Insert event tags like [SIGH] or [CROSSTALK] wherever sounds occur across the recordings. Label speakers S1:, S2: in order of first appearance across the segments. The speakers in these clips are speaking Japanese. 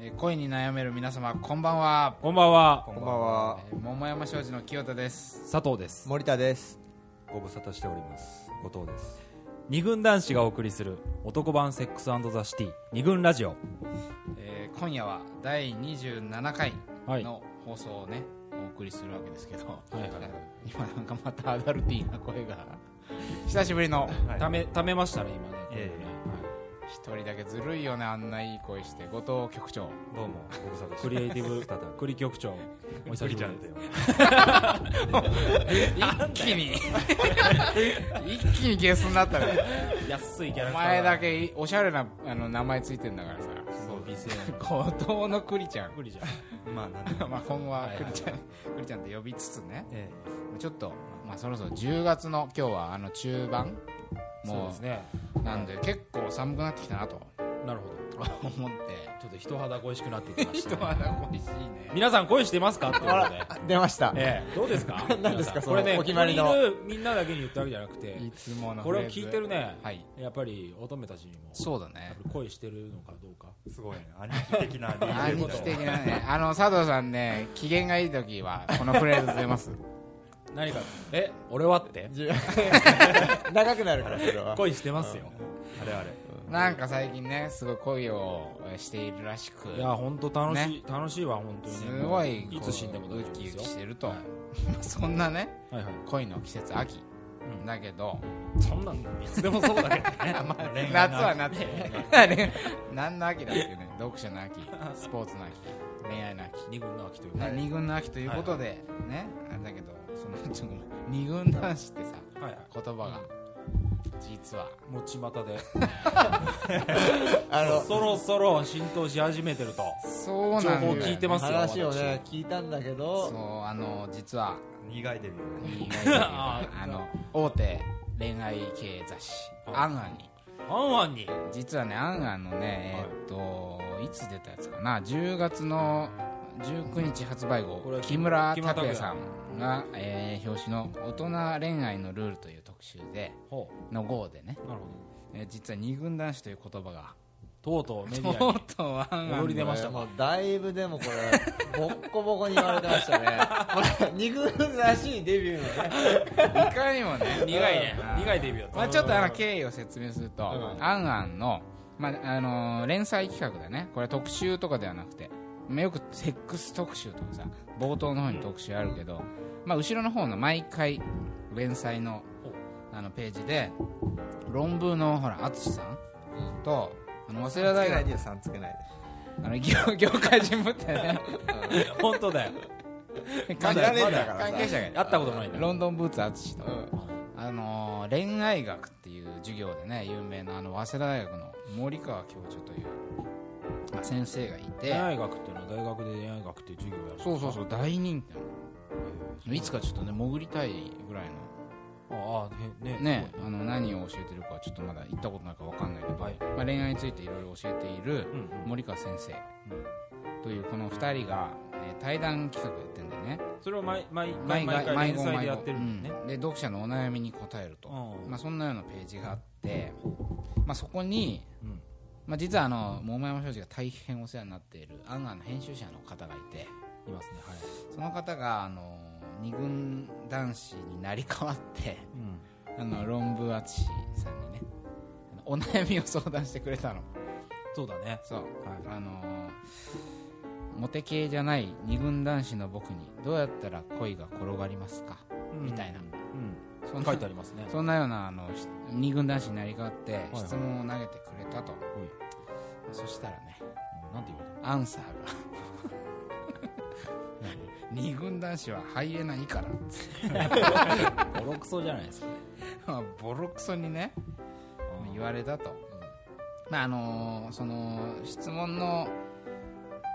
S1: えー恋に悩める皆様こんばんは
S2: こんばんは
S3: こんばんは
S1: えー桃山商事の清田です
S2: 佐藤です
S3: 森田です
S4: ご無沙汰しております後藤です
S2: 二軍男子がお送りする男版セックスザシティ二軍ラジオ
S1: えー今夜は第27回
S2: はい
S1: の放送をね、お送りするわけですけど、
S2: いはいはい
S1: 今なんかまたアダルティーな声が [LAUGHS] 久しぶりの
S2: ためためましたね今ね
S4: え
S1: 一人だけずるいよねあんないい声して後藤局長
S4: どうもご無沙汰して
S2: クリエイティブ
S4: 再び
S2: 栗局長お久しぶり
S4: ちゃん
S2: で
S4: って
S2: す
S4: 呼
S1: 一気に [LAUGHS] 一気にゲスになったね
S2: 安いキャ
S1: お
S2: ラクター
S1: 前だけおしゃれなあの名前ついてんだからさ
S2: そう美声
S1: 後藤の栗ちゃん
S2: 無理じゃん
S4: ぶ [LAUGHS] まあなんで
S1: [LAUGHS]
S4: も
S1: まあ今後は栗ちゃん栗ちゃんって呼びつつね
S4: え
S1: ちょっと、まあ、そろそろ10月の今日はあの中盤
S2: そう
S1: も
S2: ですね
S1: うなんで結構寒くなってきたなと [LAUGHS]
S2: なるほど
S1: 思って
S2: ちょっと人肌恋しくなってきましたね
S1: 美味しいね
S2: 皆さん恋してますかってことで
S3: 出ました
S2: ええどうですか
S3: 何です
S2: 皆さ
S3: か
S2: んこれ
S3: そ
S2: ね
S3: のお決まりの
S2: ここにいるみんなだけに言ったわけじゃなくて
S1: いつもの
S2: これを聞いてる
S1: ね
S2: ね
S1: はい
S2: やっぱり乙女たちにも
S1: そうだ
S2: やっ
S1: ね
S2: ぱり恋してるのかどうか
S4: えすごいね兄貴的
S3: [LAUGHS]
S4: な人間
S1: 兄貴的なねあの佐藤さんね機嫌がいい時はこのフレーズ出ます
S2: [LAUGHS] 何かえ俺はって
S3: じゅ長くなるからそれは
S2: 恋してますよ
S4: あれあれ
S1: なんか最近ねすごい恋をしているらしく
S2: いや本当楽しい楽しいわ本当にね
S1: すごい
S2: いつ死んでも大
S1: ウ
S2: 丈夫
S1: キ
S2: で
S1: ウキし
S2: すよ
S1: てると、 [LAUGHS] そんなね
S2: はいはい
S1: 恋の季節秋、
S2: うん
S1: だけど
S2: そんなんいつでもそうだけどね
S1: [LAUGHS] まあ
S4: 恋愛の秋
S1: 夏は [LAUGHS] 夏ね何の秋だっていうね読書の [LAUGHS] 秋スポーツの秋恋愛の秋、
S2: 二軍の秋というか
S1: ね
S2: はい
S1: 二軍の秋ということで、ねあれだけどそのちょっと二軍男子ってさ
S2: はい
S1: 言葉が実は
S2: 持ち股で
S3: あの
S2: そろそろ浸透し始めてると
S1: そうなんだよ、ね、
S2: 情報聞いてますよ
S3: 話をね聞いたんだけ
S1: そう
S3: ど
S1: あの実 [LAUGHS] は
S4: 苦いでるよね
S1: 意外というか
S2: あ
S1: あの大手恋愛系雑誌「
S2: あ
S1: アンアンに
S2: ワンワンに
S1: 実はねアンアンのねえーっといつ出たやつかな10月の19日発売後
S2: これは
S1: 木村
S2: 木村
S1: 拓
S2: 拓
S1: 哉
S2: 哉
S1: さんが、えー表紙の「大人恋愛のルール」という特集で
S2: ほ
S1: の号でね、
S2: うなるほ
S1: えー実は二軍男子という言葉が
S2: どとうとうメデ
S1: と
S2: ィアに
S1: うとうアンア
S2: 踊
S1: ン
S2: り出まし
S3: い
S2: た
S3: やもうだいぶでもこれボッコボコに言われてましたねこれ二軍らしいデビューのね
S1: いかにもね
S2: 苦いね苦いデビューだった
S1: まあ、ちょっとあの経緯を説明すると、アンアンの、まああのー連載企画だねこれ特集とかではなくて、まあよくセックス特集とかさ冒頭の方に特集あるけど、まあ、後ろの方の毎回連載のあのページで論文のほら淳さんとあの早稲田大学
S3: でさんつけない
S1: あの業業界人ぶってね
S2: 本当だよ
S1: 関
S3: 知らねえんだからさ
S1: 関係者がいる
S2: 会ったこともないんだ
S1: ロンドンブーツ淳と
S3: で、うん
S1: あのー恋愛学っていう授業でね有名なあの早稲田大学の森川教授という、まあ、先生がいて
S2: 恋愛学っていうのは大学で恋愛学っていう授業をやる
S1: そうそうそう大人気なのいつかちょっとね潜りたいぐらい
S2: ああね
S1: のねあの何を教えてるかはちょっとまだ行ったことないから分かんないけど、
S2: はい
S1: まあ、恋愛についていろいろ教えている
S2: うんうん
S1: 森川先生というこの2人が、えー対談企画やってんだよね
S2: それを毎毎毎回連載でやってるんだよね
S1: うんで読者のお悩みに答えると、
S2: うん
S1: まあ、そんなようなページがあって、まあ、そこに、
S2: うん
S1: まあ、実はあの桃山商事が大変お世話になっているアンアンの編集者の方がいて
S2: いますねはい
S1: その方があの二軍男子になり変わって [LAUGHS]
S2: うん
S1: あの論文淳さんにねあのお悩みを相談してくれたの
S2: そうだね
S1: そう
S2: はい
S1: あのモテ系じゃない二軍男子の僕にどうやったら恋が転がりますか、みたいなそ
S2: うんん
S1: な
S2: 書いてありますね
S1: そんなようなあのし二軍男子になり変わって
S2: はい
S1: 質問を投げてくれたと、
S2: おい
S1: そしたらね
S2: なんて言われ
S1: アンサーが二軍男子はハイエナ以下だっつって
S2: たボロクソじゃないですか
S1: まあボロクソにね言われたと、まああのーその質問の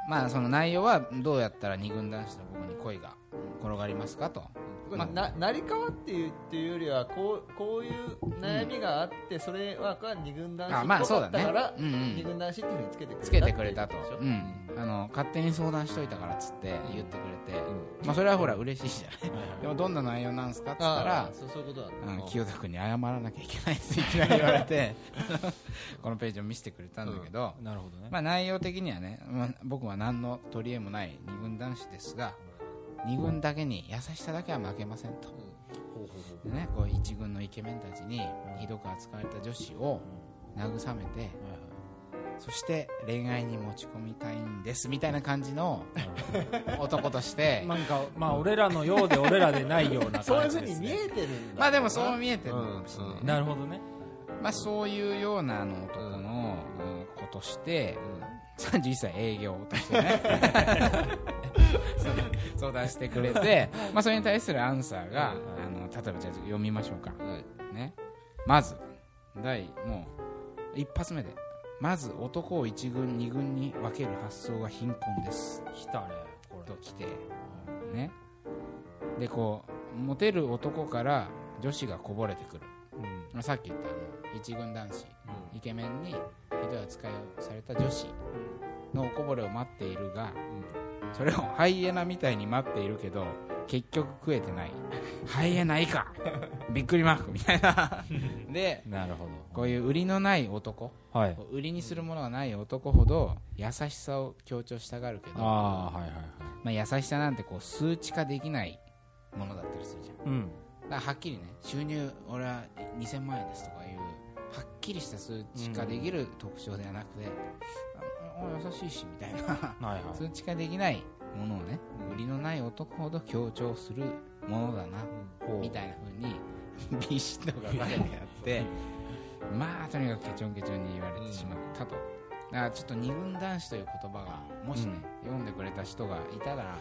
S1: まあその内容はどうやったら二軍男子の僕に恋が転がりますかと
S3: 僕な成り代わっていうっていうよりはこうこういう悩みがあってそれは二軍男子
S1: あまあそうだ
S3: だ
S1: ね
S3: から
S1: うんうん
S3: 二軍男子っていうふうにつけてくれた
S1: つけてくれたと
S3: っていうこ、
S1: う
S3: でし
S1: ん、あの勝手に相談しといたからっつって言ってくれて、まあ、それはほら嬉しいじゃないでもどんな内容なんですかっつっ
S3: ょ
S1: た
S3: あ
S1: ら
S3: あそうそういうこと
S1: う
S3: なん
S1: ん
S3: だ
S1: 清田君に謝らなきゃいけない [LAUGHS] っていきなり言われて [LAUGHS] このページを見せてくれたんだけど、
S2: なるほどね、
S1: まあ、内容的にはね、まあ、僕は何の取り柄もない二軍男子ですが二軍だけに優しさだけは負けませんと、でね、こう一軍のイケメンたちにひどく扱われた女子を慰めて
S2: はいはい
S1: そして恋愛に持ち込みたいんですみたいな感じの男として
S2: なんかまあ俺らのようで俺らでないような
S3: [LAUGHS] そう
S2: 感
S3: いうふ
S2: じ
S3: う
S2: で
S3: に
S2: す
S3: 見
S2: ね
S3: えてるんだ
S1: まあでもそう見えてるのかもしれない、
S3: うん
S2: なるほどね
S1: まあ、そういうようなあの男のうん子として31歳営業として [LAUGHS] ね相談してくれて、まあ、それに対するアンサーがあの例えばじゃあ読みましょうか、ね、まず第もう一発目でまず男を一軍二軍に分ける発想が貧困です
S2: 来たねこれ
S1: と来てねでこうモテる男から女子がこぼれてくる
S2: うん
S1: まあさっき言ったあの一軍男子、イケメンにひどい扱いをされた女子のおこぼれを待っているが、それをハイエナみたいに待っているけど結局食えてないハイエナ以下びっくりマークみたいなで
S2: なるほ
S1: こういう売りのない男
S2: どはい
S1: 売りにするものがない男ほど優しさを強調したがるけど
S2: ああはいはいはい
S1: まあ、優しさなんてこう数値化できないものだったりするじゃん
S2: うん
S1: だからはっきりね収入俺は2000万円ですとかいうはっきりした数値化できる特徴ではなくて、あお優しいしみたい
S3: [LAUGHS]
S1: な
S2: はいはい
S1: 数値化できないものをね売りのない男ほど強調するものだな、
S2: ほう
S1: みたいな風にビシッと書かれてあ
S3: [LAUGHS]
S1: ってまあとにかくケチョンケチョンに言われてしまったと。だからちょっと二軍男子という言葉がもしね、読んでくれた人がいたら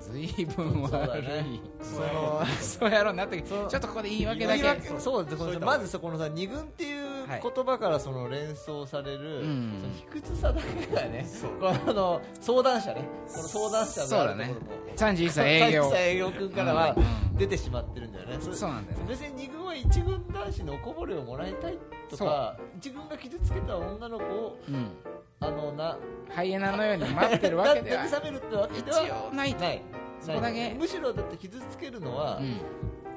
S1: 随分
S3: そうだ
S1: 悪い
S3: ね
S1: そうそうやろうなってちょ
S3: そう
S1: っとここで言い訳だ
S3: 言い
S1: け
S3: 訳そうです
S4: そういった
S3: まずそこのさ二軍っていう
S1: はい
S3: 言葉からその連想される、
S1: うん
S3: その卑屈さだけがね
S4: そう
S3: このあの相談者ねこの相談者のあるところも
S1: 31
S3: そう
S1: 歳営業
S3: 大地さん営業君からは
S1: うん
S3: 出てしまってるんだよね、そ
S1: そうなんだよね
S3: 別に二軍は一軍男子のおこぼれをもらいたいとか一軍が傷つけた女の子を
S1: うん
S3: あのな
S1: ハイエナのように待ってるわけで
S3: [LAUGHS]
S1: は
S3: な慰めるってわけでは
S1: 一応ないと
S3: ない
S1: そこだけ
S3: ないむしろだって傷つけるのは、
S1: うん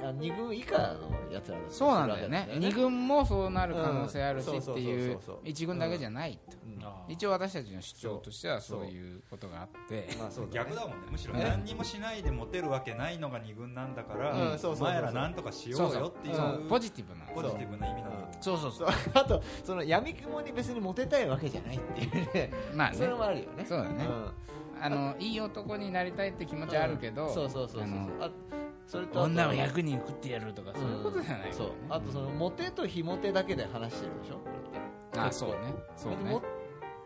S3: あ二軍以下のやつらだったりする
S1: そうなんだよ
S3: わ
S1: ね
S3: け
S1: 二軍もそうなる可能性あるし
S3: う
S1: っ
S3: ん
S1: てい
S3: そううそうそうそうそう
S1: 一軍だけじゃないと
S3: うん
S2: あー
S1: 一応私たちの主張としてはそういうことがあって
S3: まあそうだね
S4: 逆だもんねむしろ何にもしないでモテるわけないのが二軍なんだか
S3: う
S4: ら
S3: んそうそうそうそう
S4: お前らなんとかし
S1: そ
S4: よ
S1: う
S4: う
S1: そ
S4: よ
S1: う
S4: っていう
S1: そうポジティブな
S4: ポジティブな意味なんだ
S1: そうそう
S3: そ
S1: そう
S3: うあとその闇雲に別にモテたいわけじゃないっていうね
S1: まあね
S3: それもあるよね
S1: そうだね
S3: ん
S1: あのいい男になりたいって気持ちはあるけど
S3: そうそうそうそう
S1: あの
S3: あそれとあと
S1: 女を100人食ってやるとかそういうことじゃないよね
S3: そうあとそのモテと非モテだけで話してるでしょこれって
S1: あそうねそう
S3: 別に
S1: ね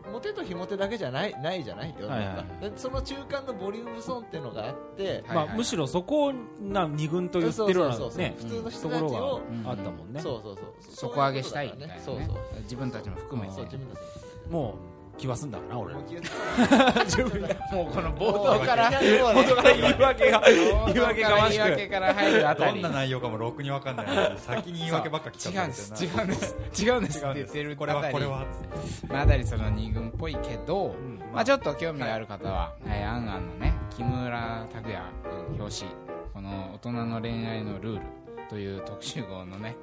S3: モモテと非モテだけじゃないないじゃないってことなんだ
S2: はいはい
S3: でその中間のボリューム損っていうのがあって
S1: はい
S2: まあむしろそこをな二軍と言ってるよう
S3: そうそう
S2: な
S3: そう
S2: ね
S3: 普通の人
S2: と
S3: た
S2: こ
S3: ち
S2: ろ
S3: を
S2: があったもんね
S3: そうそうそう
S1: 底上げしたいみたいなね
S3: そういうことだからね
S1: 自分たちも含め
S3: そうそうそう
S1: て
S3: 自分た
S1: [LAUGHS]
S3: ち
S2: もう気は済んだかな俺
S3: もう気がつか
S1: もうこの冒頭
S3: ない
S1: から
S3: もうね
S2: 言い訳が
S1: 言い訳から言い訳から入るあた
S4: ど
S1: り
S4: んな内容かもろくに分かんないのに先に言い訳ばっか来ちゃった
S1: 違うんです違うんです違うんですって言ってる
S4: これは
S1: あたり
S4: これは
S1: まああたりその二軍っぽいけど、
S4: ん
S1: まあ、ちょっと興味がある方は、はい、アンアンのね木村拓哉表紙この「大人の恋愛のルール」という特集号のね、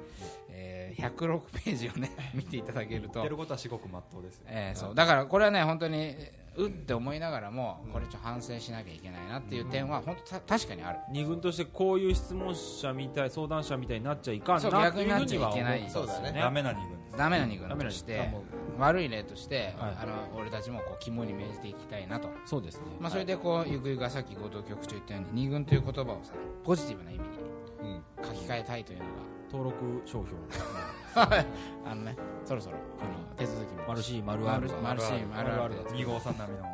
S1: えー106ページをね見ていただける
S4: 言
S1: と
S4: って、ることは至極まっとうですよ
S1: えーそうだからこれはね本当にうって思いながらもこれちょっと反省しなきゃいけないなっていう点は本当た確かにある
S2: 二軍としてこういう質問者みたい相談者みたいになっちゃいかん
S1: そう
S2: なって
S1: 逆
S2: い
S1: に
S2: うふ
S1: な
S2: う
S1: っち
S2: に
S1: ゃ
S2: はい思
S1: け
S2: う
S1: ない
S3: そうだね
S4: ダメな二軍です
S1: ダメな二軍
S2: ダメ
S1: と
S2: な二軍
S1: して
S2: あもう
S1: 悪い例として、
S2: はい
S1: あの俺たちもこう肝に銘じていきたいなと
S2: そうですね
S1: まあ、それでこうゆくゆくはさっき後藤局長言ったように二軍という言葉をさポジティブな意味に
S3: うん
S1: 書き換えたいというの
S2: 登録商標
S1: があのねそろそろあの手続きも
S2: マルシーマルア
S1: マ
S2: ル
S1: ルマルシーマルアルだ
S4: 二号さん並みの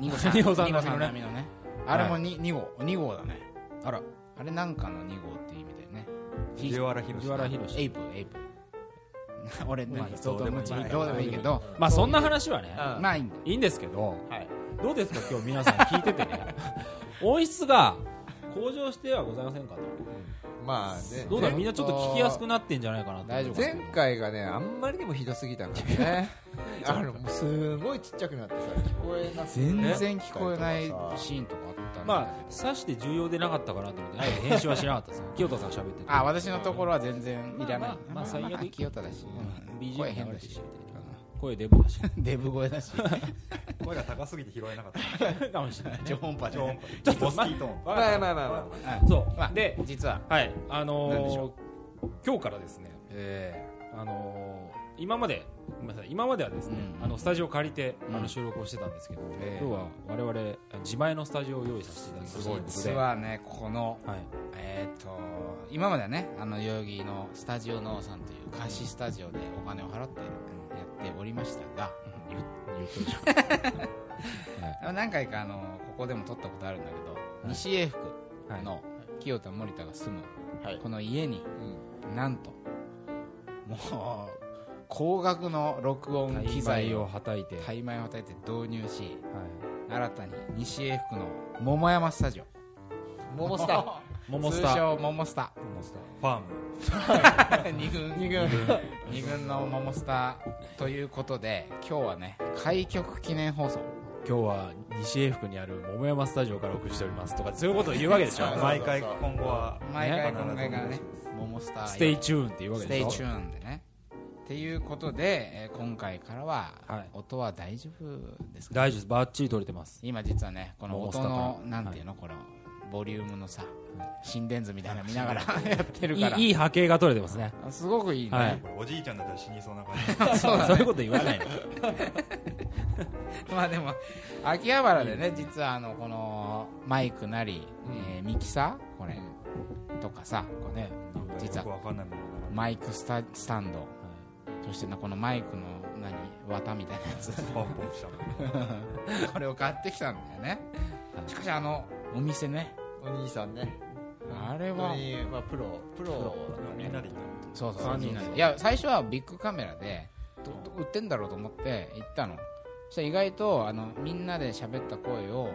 S1: 二号
S2: [LAUGHS] 二号さん並みのね
S1: さん並みのねあれもに二号二号だねあらあれなんかの二号っていう意味だよねひ
S4: 藤原宏
S2: 藤原宏
S1: エイプエイプ [LAUGHS] 俺
S2: まあ
S1: 何
S2: どうでもいい
S1: 相当無知どうでもいいけど
S2: まあそんな話はね
S3: うん
S1: まあいいんだ
S2: いいんですけど
S3: はい
S2: [LAUGHS] どうですか今日皆さん聞いててね音質が向上してはございませんかと
S3: まあね
S2: どうだろうみんなちょっと聞きやすくなってんじゃないかなと
S1: 大丈夫
S3: 前回がねあんまりにもひどすぎたからね [LAUGHS] あのもうすごいちっちゃくなってさ聞こえなく
S1: 全然聞こえない
S3: し
S1: シーンとかあったん
S2: ま
S1: だ
S2: あさして重要でなかったかなと思ってあえて編集はしなかったです清田さん喋ってて
S1: けどあ私のところは全然いらない
S2: まあまあまあ最悪
S1: 清田だし
S2: うん
S1: うん
S2: BGM
S1: 声変だし
S2: 流れ声出ぶはし
S1: うんデブ声だ
S2: [LAUGHS]
S1: し
S4: 声が高すぎて拾えなかった
S2: かもしれない
S1: 超音波で
S4: 超音
S1: ね
S4: 波
S2: ちょっと
S4: ボスキートーン
S3: まあまあまあまあ
S2: そう、
S1: まあ
S2: で
S1: 実は
S2: はい
S1: な
S2: あ
S1: んでし
S2: の
S1: ょ
S2: ー今日からですね
S1: え
S2: あのー今までごめんなさい今まではですね、
S1: うん
S2: あのスタジオを借りて、
S1: うん
S2: あの収録をしてたんですけど、
S1: ええ
S2: 今日は我々え自前のスタジオを用意させていただきましたということ
S1: 実
S2: で、
S1: はねこの
S2: はい、
S1: えっと今まではねあの代々木のスタジオノーさんという貸しスタジオでお金を払ってやっておりましたが
S2: 言う言うとおりじ
S1: [LAUGHS] あ
S2: ゃん
S1: の何回かあのここでも撮ったことあるんだけど、西英福の清田森田が住む、
S3: はい
S1: この家になんともう高額の録音機
S2: 機
S1: 材
S2: 材
S1: を
S2: をはたいて、
S1: 大枚を与えて導入し
S2: はい
S1: 新たに西英福の桃山スタジオ
S3: 桃スタ
S2: モモス
S1: 通
S2: ター
S1: 称桃スタ
S2: モモスター
S4: ファーム
S1: [LAUGHS] 二軍二軍二軍の桃スタということで今日はね開局記念放送
S2: 今日は西英福にある桃山スタジオからお送りしておりますとかそういうことを言うわけでしょ
S3: そう
S4: 毎回今後は
S1: 毎回今回
S4: ね
S1: からね桃スタ
S2: [LAUGHS] ステイチューンって言うわけ
S1: ス
S2: で
S1: テ
S2: し
S1: イ
S2: ょ
S1: チューンでね。っていうことで、えー今回からは、
S2: はい
S1: 音は大丈夫ですか
S2: 大丈夫ですバッチリ取れてます
S1: 今実はね、この
S2: もう
S1: 音
S2: モンス
S1: の
S2: タ、ーから
S1: なんていうの、このボリュームのさ、心電図みたいなの見ながら [LAUGHS] やって
S2: い
S1: る
S2: い
S1: から、
S2: いい波形が取れてますね
S1: あすごくいいね。
S2: は
S4: これおじいちゃんだったら死にそうな感
S2: [LAUGHS]
S4: じ
S2: そういうこと言わないの
S1: [LAUGHS] まあでも、秋葉原でね、実はあの、このマイクなり、えーミキサーこれ、とかさ、こうね、実
S4: よ
S1: は
S4: くわかんないものが
S1: マイクスタスタンド、そしてなこのマイクの何綿みたいなやつ [LAUGHS]
S4: ポンポンしたもん
S1: これを買ってきたんだよねしかしあのお店ね
S3: お兄さんね
S1: あれ
S3: 本当
S1: は
S3: にまあプロプロ
S4: みんなで行っ
S1: そうそう
S2: 三
S1: み
S2: 人
S1: んなでいや最初はビッグカメラでどど売ってんだろうと思って行ったのそしたら意外とあのみんなで喋った声を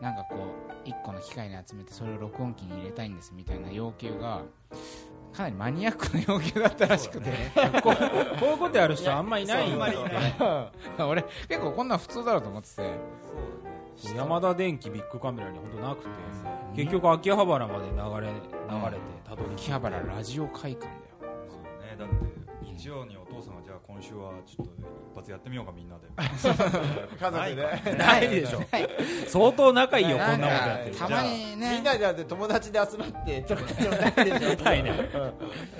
S1: なんかこう一個の機械に集めてそれを録音機に入れたいんですみたいな要求がかなりマニアックな要求だったらしくて、
S2: [LAUGHS] こうこういうことやる人あんまいない
S4: そうあんまりいない
S1: [LAUGHS] 俺結構こんなん普通だろうと思ってて
S2: 山田電機ビッグカメラに本当なくて結局秋葉原まで流れ流れてたどり
S1: 秋
S2: 着いて
S1: 葉原ラジオ会館だよ
S4: そうねだって日曜にお父さんがじゃあ今週はちょっと一発やってみようかみんなで
S3: 家族で
S2: ないでしょ相当仲いいよこんなことやってる
S1: たまに
S3: みん
S1: ね
S3: なでだって友達で集まってとかでもないでしょ
S2: ないね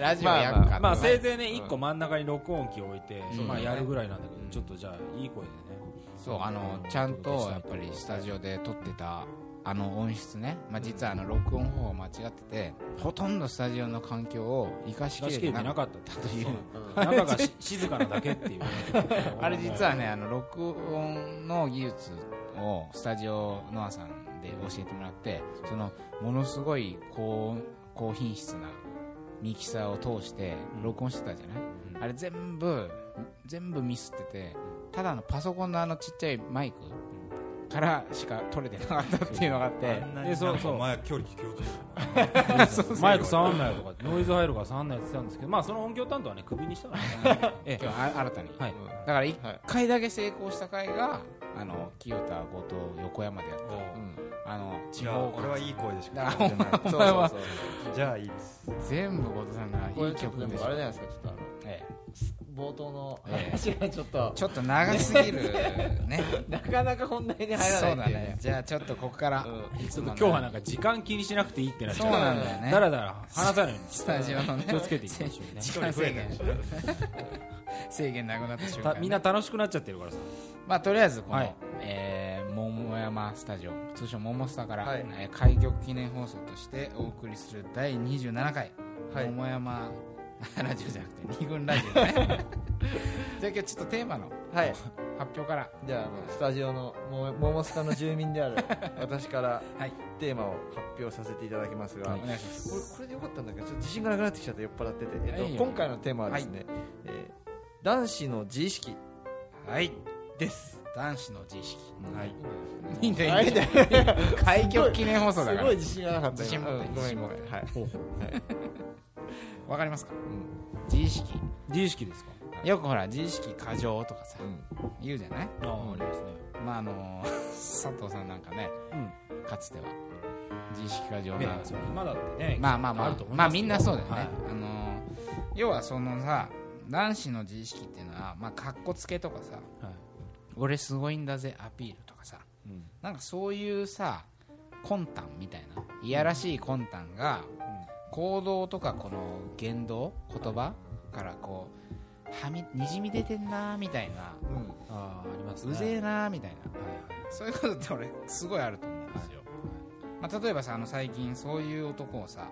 S1: ラジオやっかって
S2: まあせいぜいね1個真ん中に録音機置いて
S1: うん
S2: まあやるぐらいなんだけどちょっとじゃあいい声でね
S1: そうあのちゃんとやっぱりスタジオで撮ってたあの音質ね、まあ、実はあの録音方法間違っててほとんどスタジオの環境を生かし
S2: 出
S1: き
S2: し
S1: れ
S2: 切れ
S1: て
S2: てな
S1: なか
S2: か
S1: っ
S2: った
S1: たという
S2: 中がし静かなだけっていうね
S1: [LAUGHS] あれ実はねあの録音の技術をスタジオノアさんで教えてもらってそのものすごい高音高品質なミキサーを通して録音してたじゃない、あれ全部全部ミスっててただのパソコンのあのちっちゃいマイクからしか取れてなかったっていうのがあって
S4: あんな
S2: で
S4: に
S2: そう
S4: なんか
S2: そう
S4: お前は距離気をつけて
S2: マイク触んなよとかノイズ入るから触んなよって言ってたんですけどまあその音響担当はねクビにしたのねええ
S1: 今日あ新たに、
S2: はい
S1: だから1回だけ成功した回があの清田後藤横山でやったあの地
S4: じゃあ
S1: 方
S4: 俺はいい声でし
S1: だ
S4: か
S1: から
S4: 聞こえてない
S3: そうそうそう
S4: じゃあいいです
S1: 全部後藤さんが
S3: こ
S1: い
S3: れ
S1: い
S3: ちょっと
S1: 曲
S3: で
S1: でした
S3: もあれじゃないですかちょっとあの
S1: ええ
S3: 冒頭の話がちょっと、
S1: ちょっと長すぎるね
S2: [LAUGHS]
S3: なかなか本題に入らない
S1: そうだねじゃあちょっとここから、いつも
S2: 今
S1: の
S2: 日はなんか時間気にしなくていいってなっちゃう
S1: そうなんだよね
S2: だらだら話さないよう
S1: スタジオのね
S2: に気をつけていきましょうね
S1: 時
S4: 距
S1: 間
S4: 離増
S1: 制
S4: えない
S1: 限
S4: し
S1: [LAUGHS] 制限なくなった瞬間
S2: た
S1: ね
S2: みんな楽しくなっちゃってるからさ
S1: まあとりあえずこの、
S2: はい
S1: えー桃山スタジオ通称「桃スタ」から、
S3: はい
S1: えー開局記念放送としてお送りする第27回、
S3: はい
S1: 桃山ラジオじゃなくて二軍ラジオ
S2: [LAUGHS]
S1: ねじゃあ今日ちょっとテーマの
S3: はい
S1: 発表から
S3: じゃああのスタジオのも桃スタの住民
S1: [LAUGHS]
S3: である私から
S1: はい
S3: テーマを発表させていただきますが、
S1: お願いします
S3: これこれでよかったんだけどちょっと自信がなくなってきちゃって酔っ払ってて、えっと
S1: いいよ
S3: 今回のテーマはですね、えー男子の自意識
S1: はい
S3: です
S1: 男子の自意識
S4: はい
S1: いいんだ
S3: あ
S1: よいい
S3: れ
S1: んだ
S3: だ
S1: よ開局記念放送だ
S3: す
S1: か
S3: ご
S1: ら
S3: い自信がなかった
S1: 自信持って
S3: うんごめんごめんはい
S1: わかりますか、自意識
S2: 自意識ですか
S1: よくほら自意識過剰とかさ
S3: うん
S1: 言うじゃない
S2: ああありますね
S1: まああの [LAUGHS] 佐藤さんなんかね
S2: うん
S1: かつては自意識過剰
S2: ね
S1: な
S2: それ今だってね
S1: まあまあま
S2: あ
S1: あ
S2: ると思い
S1: ま
S2: ます
S1: あみんなそうだよね、
S2: はい
S1: あの要はそのさ男子の自意識っていうのはまあかっこつけとかさ、
S2: はい
S1: 俺すごいんだぜアピールとかさ、
S2: うん
S1: なんかそういうさ魂胆みたいないやらしい魂胆が、行動とかこの言動言葉からこうはみにじみ出てんなーみたいな
S2: ああありますね
S1: うぜえなーみたいな
S2: はいはい
S1: そういうことって俺すごいあると思うんですよ、まあ、例えばさあの最近そういう男をさ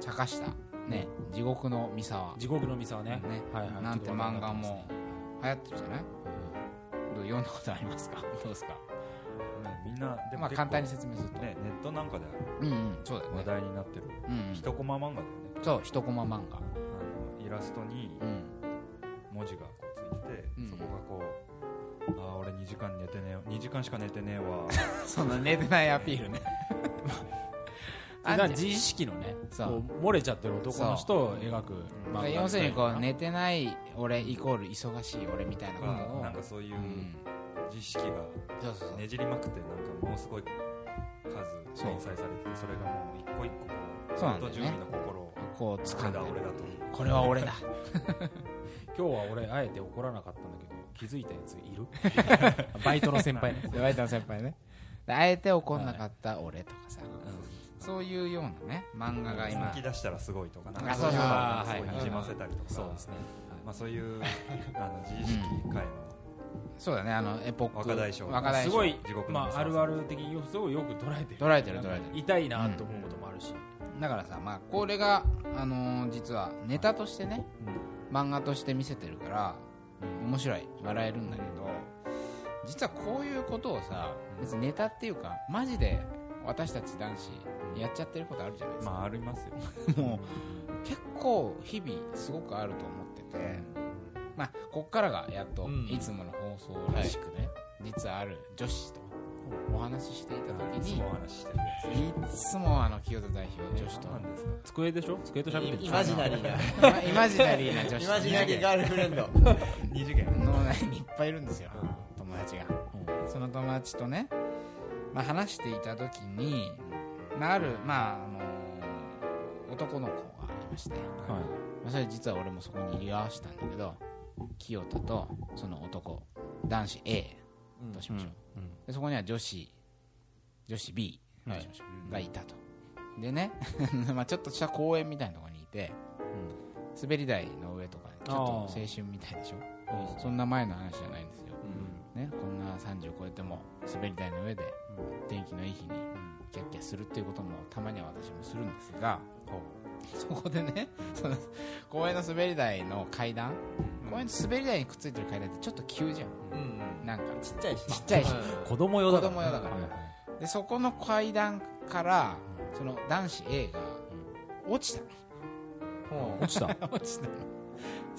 S1: 茶化したね地獄の三沢
S2: 地獄のミサね
S1: ね
S2: はいはい
S1: なんて漫画も流行ってるじゃない
S2: うん
S1: どう読んだことありますかどうですか
S4: みんなでも
S1: まあ
S4: 結構
S1: 簡単に説明すると、
S4: ねネットなんかで
S1: うんうんそうだよ
S4: 話
S1: ね、
S4: 題になってる
S1: うんうん、
S4: 一コマ漫画だよね
S1: そう一コマ漫画
S4: あのイラストに
S1: うん
S4: 文字がこうついてて、
S1: うん
S4: そこがこう「ああ俺2時間寝てねえ2時間しか寝てねえわ」
S1: その寝てないアピールねあんじゃ
S2: だ
S1: ん
S2: 自意識のね
S1: そう
S2: こう漏れちゃってる男の人を描く
S1: だから
S2: 漫画みたいな
S1: 要するにこう寝てない俺イコール忙しい俺みたいなこと
S4: まあ
S1: を
S4: なんかそういううん自意識が
S1: そうそうそう
S4: ねじりまくってなんかものすごい数
S1: そう
S4: 連載されててそれがもう一個一個こう
S1: そうなんだよ
S4: と
S1: ね
S4: 住民の心を
S1: こう
S4: 「こ
S1: 掴
S4: れ
S1: んで
S4: だ俺だ」と
S1: これは俺だ
S2: 今日は俺あえて怒らなかったんだけど気づいたやついるバイトの先
S1: [LAUGHS]
S2: 輩ね
S1: でワイタの先輩ねであえて怒んなかった俺とかさ、
S2: う
S1: そういうようなね漫画が今
S4: 泣き出したらすごいとかなん
S1: あ
S4: か
S1: そうそう
S4: あ
S2: はい
S4: そう
S2: はい
S4: にじませたりと
S2: んそう
S4: か
S2: ですね
S4: まあそう [LAUGHS] いうあの自意識界の
S1: そうだねあのエポック
S4: 若大将
S1: 若
S2: はい
S1: 大
S2: す
S1: 将
S2: ごい
S4: 地獄の
S2: まあ
S4: ミサ
S2: あ
S4: ワ
S2: るある的にすごいよく捉えてる
S1: 捉えてる捉えてる
S2: 痛いなと思うこともあるし
S1: だからさ、まあ、これが、あのー実はネタとしてね、漫画として見せてるから面白い笑えるんだけど実はこういうことをさ別にネタっていうかマジで私たち男子やっちゃってることあるじゃないですか、
S4: まあありますよ
S1: もう結構日々すごくあると思ってて、まあ、こっからがやっと
S2: うん
S1: いつもの放送らしくね、実はある女子とお話ししていた時
S4: いつ
S1: に、
S4: もお話ししてるやつ
S1: いつもあの清田代表女子と
S4: 何なんですか
S2: 机でしょ机と喋ってる
S3: イマジナリーな
S1: ま [LAUGHS] イマジナリーな女子
S3: イマジナリーガールフレンド
S4: 二次元
S1: 脳内にいっぱいいるんですよ友達が、その友達とね、まあ、話していた時に、まあ、ある、まああの男の子がいまして、
S2: はい
S1: まあそれ実は俺もそこに居合わせたんだけど清田とその男男子 A としましょう、でそこには女子女子 B としましょう、がいたとでね [LAUGHS] まあちょっとした公園みたいなところにいて、滑り台の上とかちょっと青春みたいでしょそんな前の話じゃないんですよ、ね、こんな30超えても滑り台の上で天気のいい日にキャッキャするっていうこともたまには私もするんですが、そこでね [LAUGHS] その公園の滑り台の階段、公園の滑り台にくっついてる階段ってちょっと急じゃん
S3: うんうん
S1: なんか
S3: ちっちゃいし
S1: ちっちゃいし
S3: う
S2: 子供用だから
S1: 子供用だから
S2: はいはい
S1: でそこの階段からその男子 A が落ちた [LAUGHS]
S3: んうん
S2: 落ちた
S1: の [LAUGHS] 落ちたの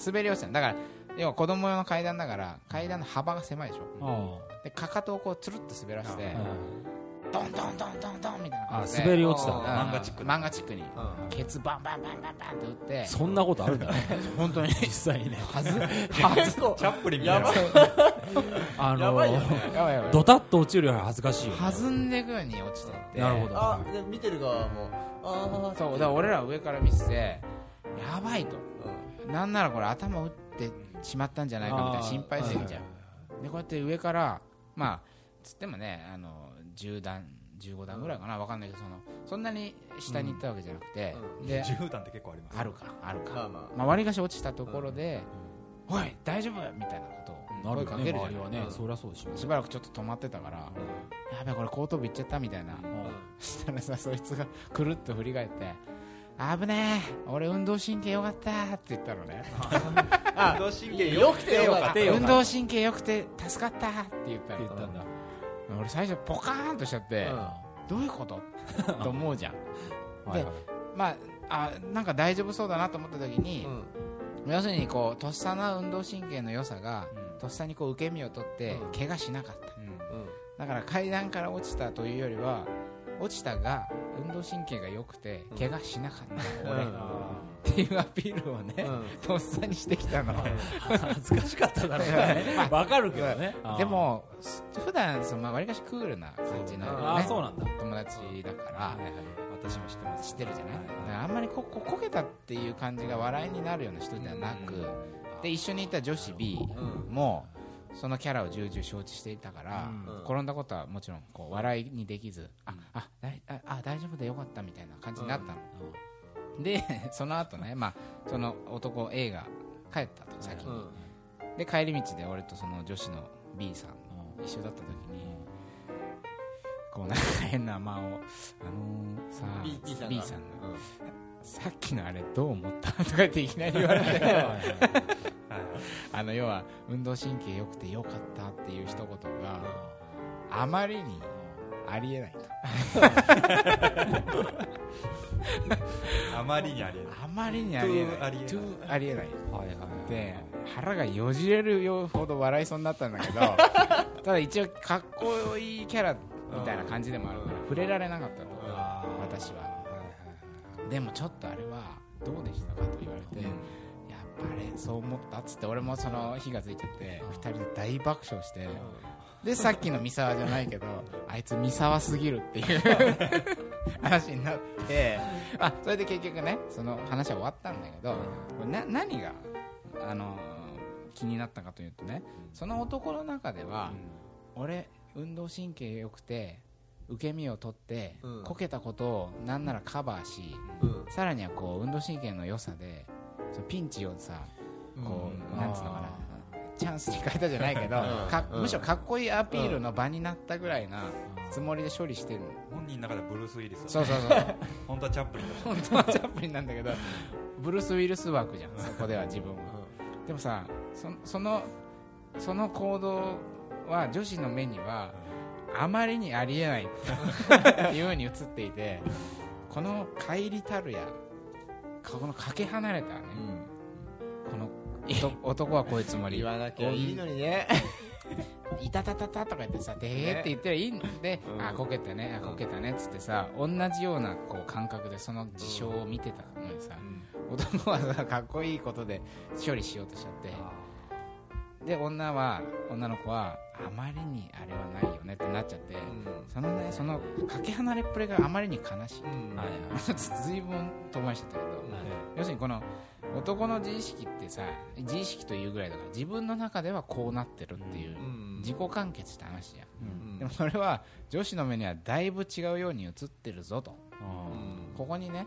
S1: 滑り落ちたのだから要は子供用の階段だから階段の幅が狭いでしょ
S2: あ
S1: でかかとをこうつるっと滑らせて
S2: あ
S1: ドンドンドンドンドンみたいな
S2: あ
S1: 感じで
S2: 滑り落ちた
S3: あ
S1: うん
S4: 漫画チックに
S1: 漫画チックに
S3: うん
S1: ケツバンバンバンバンバンって打って
S2: [LAUGHS] そんなことあるんだね
S1: 本当に
S2: 実際ね
S1: は
S2: [LAUGHS]
S1: ずはず
S3: 結構
S4: [LAUGHS] チャップリンみたいな
S3: やばい
S2: あ
S3: やばいよ
S2: の
S3: ね
S1: やばいやばい
S2: ドタッと落ちるより恥ずかしいよね
S1: 弾んでいくように落ちてって
S2: なるほど
S3: あで見てる側もああ
S1: そうだから俺らは上から見せてやばいとなんならこれ頭打ってしまったんじゃないかみたいな心配してきちゃ
S2: あ
S1: うでこうやって上からまあつってもねあの10段15段ぐらいかなわかんないけどそのそんなに下に行ったわけじゃなくて
S3: う
S4: [LAUGHS]
S1: で
S4: 絨毯って結構あります
S1: あるかある
S3: まあ
S1: か
S3: ま
S1: まあ割り箸落ちたところで「おい大丈夫!」みたいなこと
S2: ー
S1: を
S2: な
S1: 声
S2: るよ
S1: か
S2: ね
S1: けるじゃ
S2: 周
S1: ん
S2: りはね
S3: うん
S2: そりゃそうでしょ
S1: しばらくちょっと止まってたから「やべこれ後頭部いっちゃった」みたいな
S3: あ
S1: そしたらさそいつがくるっと振り返って「危ねえ俺運動神経よかった」って言ったのね
S3: あ
S4: 運動神経
S3: よくてよか
S1: あ
S3: った
S2: よか
S1: 運
S2: った
S1: 動神経よくて助かったって言った
S2: って言っ
S1: の
S2: たんだ
S1: 俺最初ポカーンとしちゃって、どういうこと [LAUGHS] と思うじゃん
S2: はいはい
S1: まああなんか大丈夫そうだなと思った時に
S3: う、ん
S1: 要するにこうとっさな運動神経の良さが、
S2: ん
S1: とっさにこう受け身を取って
S3: うん
S1: 怪我しなかった
S4: うん
S1: だから階段から落ちたというよりは落ちたが運動神経が良くて怪我しなかった、 [LAUGHS] 俺
S3: う
S1: っ
S3: ん
S1: ていうアピールをね、とっさにしてき [LAUGHS] たの
S2: 恥ずかしかった
S1: [LAUGHS]
S2: だろうねわかるけどね
S1: でもす普段そのまあわりかしクールな感じのね
S2: ああそうなんだ
S1: 友達だから
S4: 私も知ってます
S1: 知ってるじゃないだからあんまりこここけたっていう感じが笑いになるような人ではなくで一緒にいた女子 B
S3: うん
S1: もそのキャラを重々承知していたから
S3: うん
S1: 転んだことはもちろんこう笑いにできずああだいああ大丈夫でよかったみたいな感じになったのでその後ねまあその男 A が帰ったと先
S3: う
S1: に
S3: ん
S1: で帰り道で俺とその女子の B さん一緒だった時にこうなんか変な間をあのーさあ
S3: B さんが
S1: B さんがさっきのあれどう思ったとか言っていきなり言われて [LAUGHS] あの要は運動神経良くて良かったっていう一言があまりにありえないと
S4: あまりにありえない
S1: あまりにありえない
S4: Too ありえな
S1: Too ありえな
S4: い
S1: い
S2: はいはい
S1: で腹がよじれるよほど笑いそうになったんだけ [LAUGHS] どただ一応かっこいいキャラみたいな感じでもあるから触れられなかったと私はでもちょっとあれはどうでしたかと言われて、やっぱあれそう思ったっつって俺もその火がついちゃって2人で大爆笑してでさっきの三沢じゃないけどあいつ三沢すぎるって [LAUGHS] いう話になってあそれで結局ねその話は終わったんだけどこれな何が、あのー気になったかというとねその男の中では、俺運動神経良くて受け身を取って、
S3: うん
S1: こけたことをなんならカバーし
S3: うん
S1: さらにはこう運動神経の良さでそのピンチをさこう、
S2: うん
S1: なんつうのかなチャンスに変えたじゃないけど、
S3: うん
S1: か
S3: うん
S1: むしろかっこいいアピールの場になったぐらいなつもりで処理してる、
S4: 本人の中ではブルース・ウィリス
S1: そうそうそう
S4: 本当はチャップリンだった
S1: 本当はチャップリンなんだけどブルース・ウィルス枠じゃんそこでは自分はでもさそそのその行動は女子の目にはあまりにありえないっていうふうに映っていてこの乖離たるやこのかけ離れたね、この男男はこういうつもり
S3: 言わなきゃいいのにね
S1: いたたたたとか言ってさ、でーって言ってりゃいいんで、
S3: うん
S1: あ、こけたね、あ、こけたねっつってさ、同じようなこう感覚でその事象を見てたのにさ、男はさ、かっこいいことで処理しようとしちゃって、で、女は、女の子は、あまりにあれはないよねってなっちゃって、そのね、その、かけ離れっぷりがあまりに悲しい。
S2: はいはい
S1: ちょっと随分遠回りしちゃったけど、要するにこの男の自意識ってさ自意識というぐらいだから自分の中ではこうなってるっていう自己完結した話じゃん、でもそれは女子の目にはだいぶ違うように映ってるぞとここにね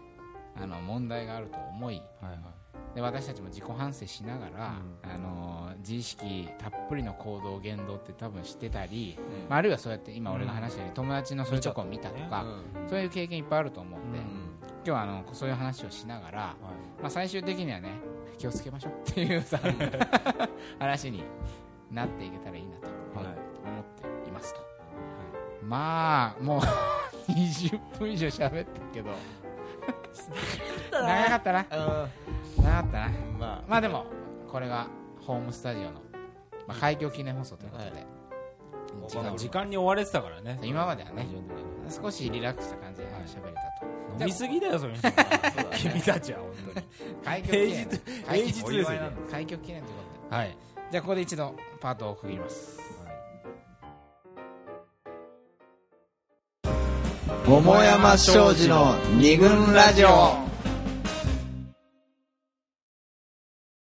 S1: あの問題があると思い
S2: はいはい
S1: で私たちも自己反省しながら、あの自意識たっぷりの行動言動って多分してたり、まあ、あるいはそうやって今俺が話したように友達のそういうとこを見たとか、そういう経験いっぱいあると思うんで、今日はあのそういう話をしながら、まあ、最終的にはね気をつけましょうっていうさ [LAUGHS] 話になっていけたらいいなと思
S2: はい
S1: っていますと、まあもう [LAUGHS] 20分以上喋ったけど長かったな長かったな
S3: ま
S1: まあでもこれがホームスタジオの、まあ、開業記念放送ということで、
S3: はい
S1: 時
S2: まあ
S1: 間
S2: 時間に追われてたからね
S1: 今まではね
S2: 非常にね
S1: 少しリラックスした感じで喋れたと
S2: 飲みすぎだよそれ君たちは本当に
S1: 開業記
S2: 平
S1: 念
S2: 日平
S1: 開
S2: 日です
S1: 業
S2: よ
S4: お祝いな
S2: ね
S4: んだ
S1: 開業記念ということで
S2: はい
S1: じゃあここで一度パートを区切ります
S3: 桃山庄司の二軍ラジオ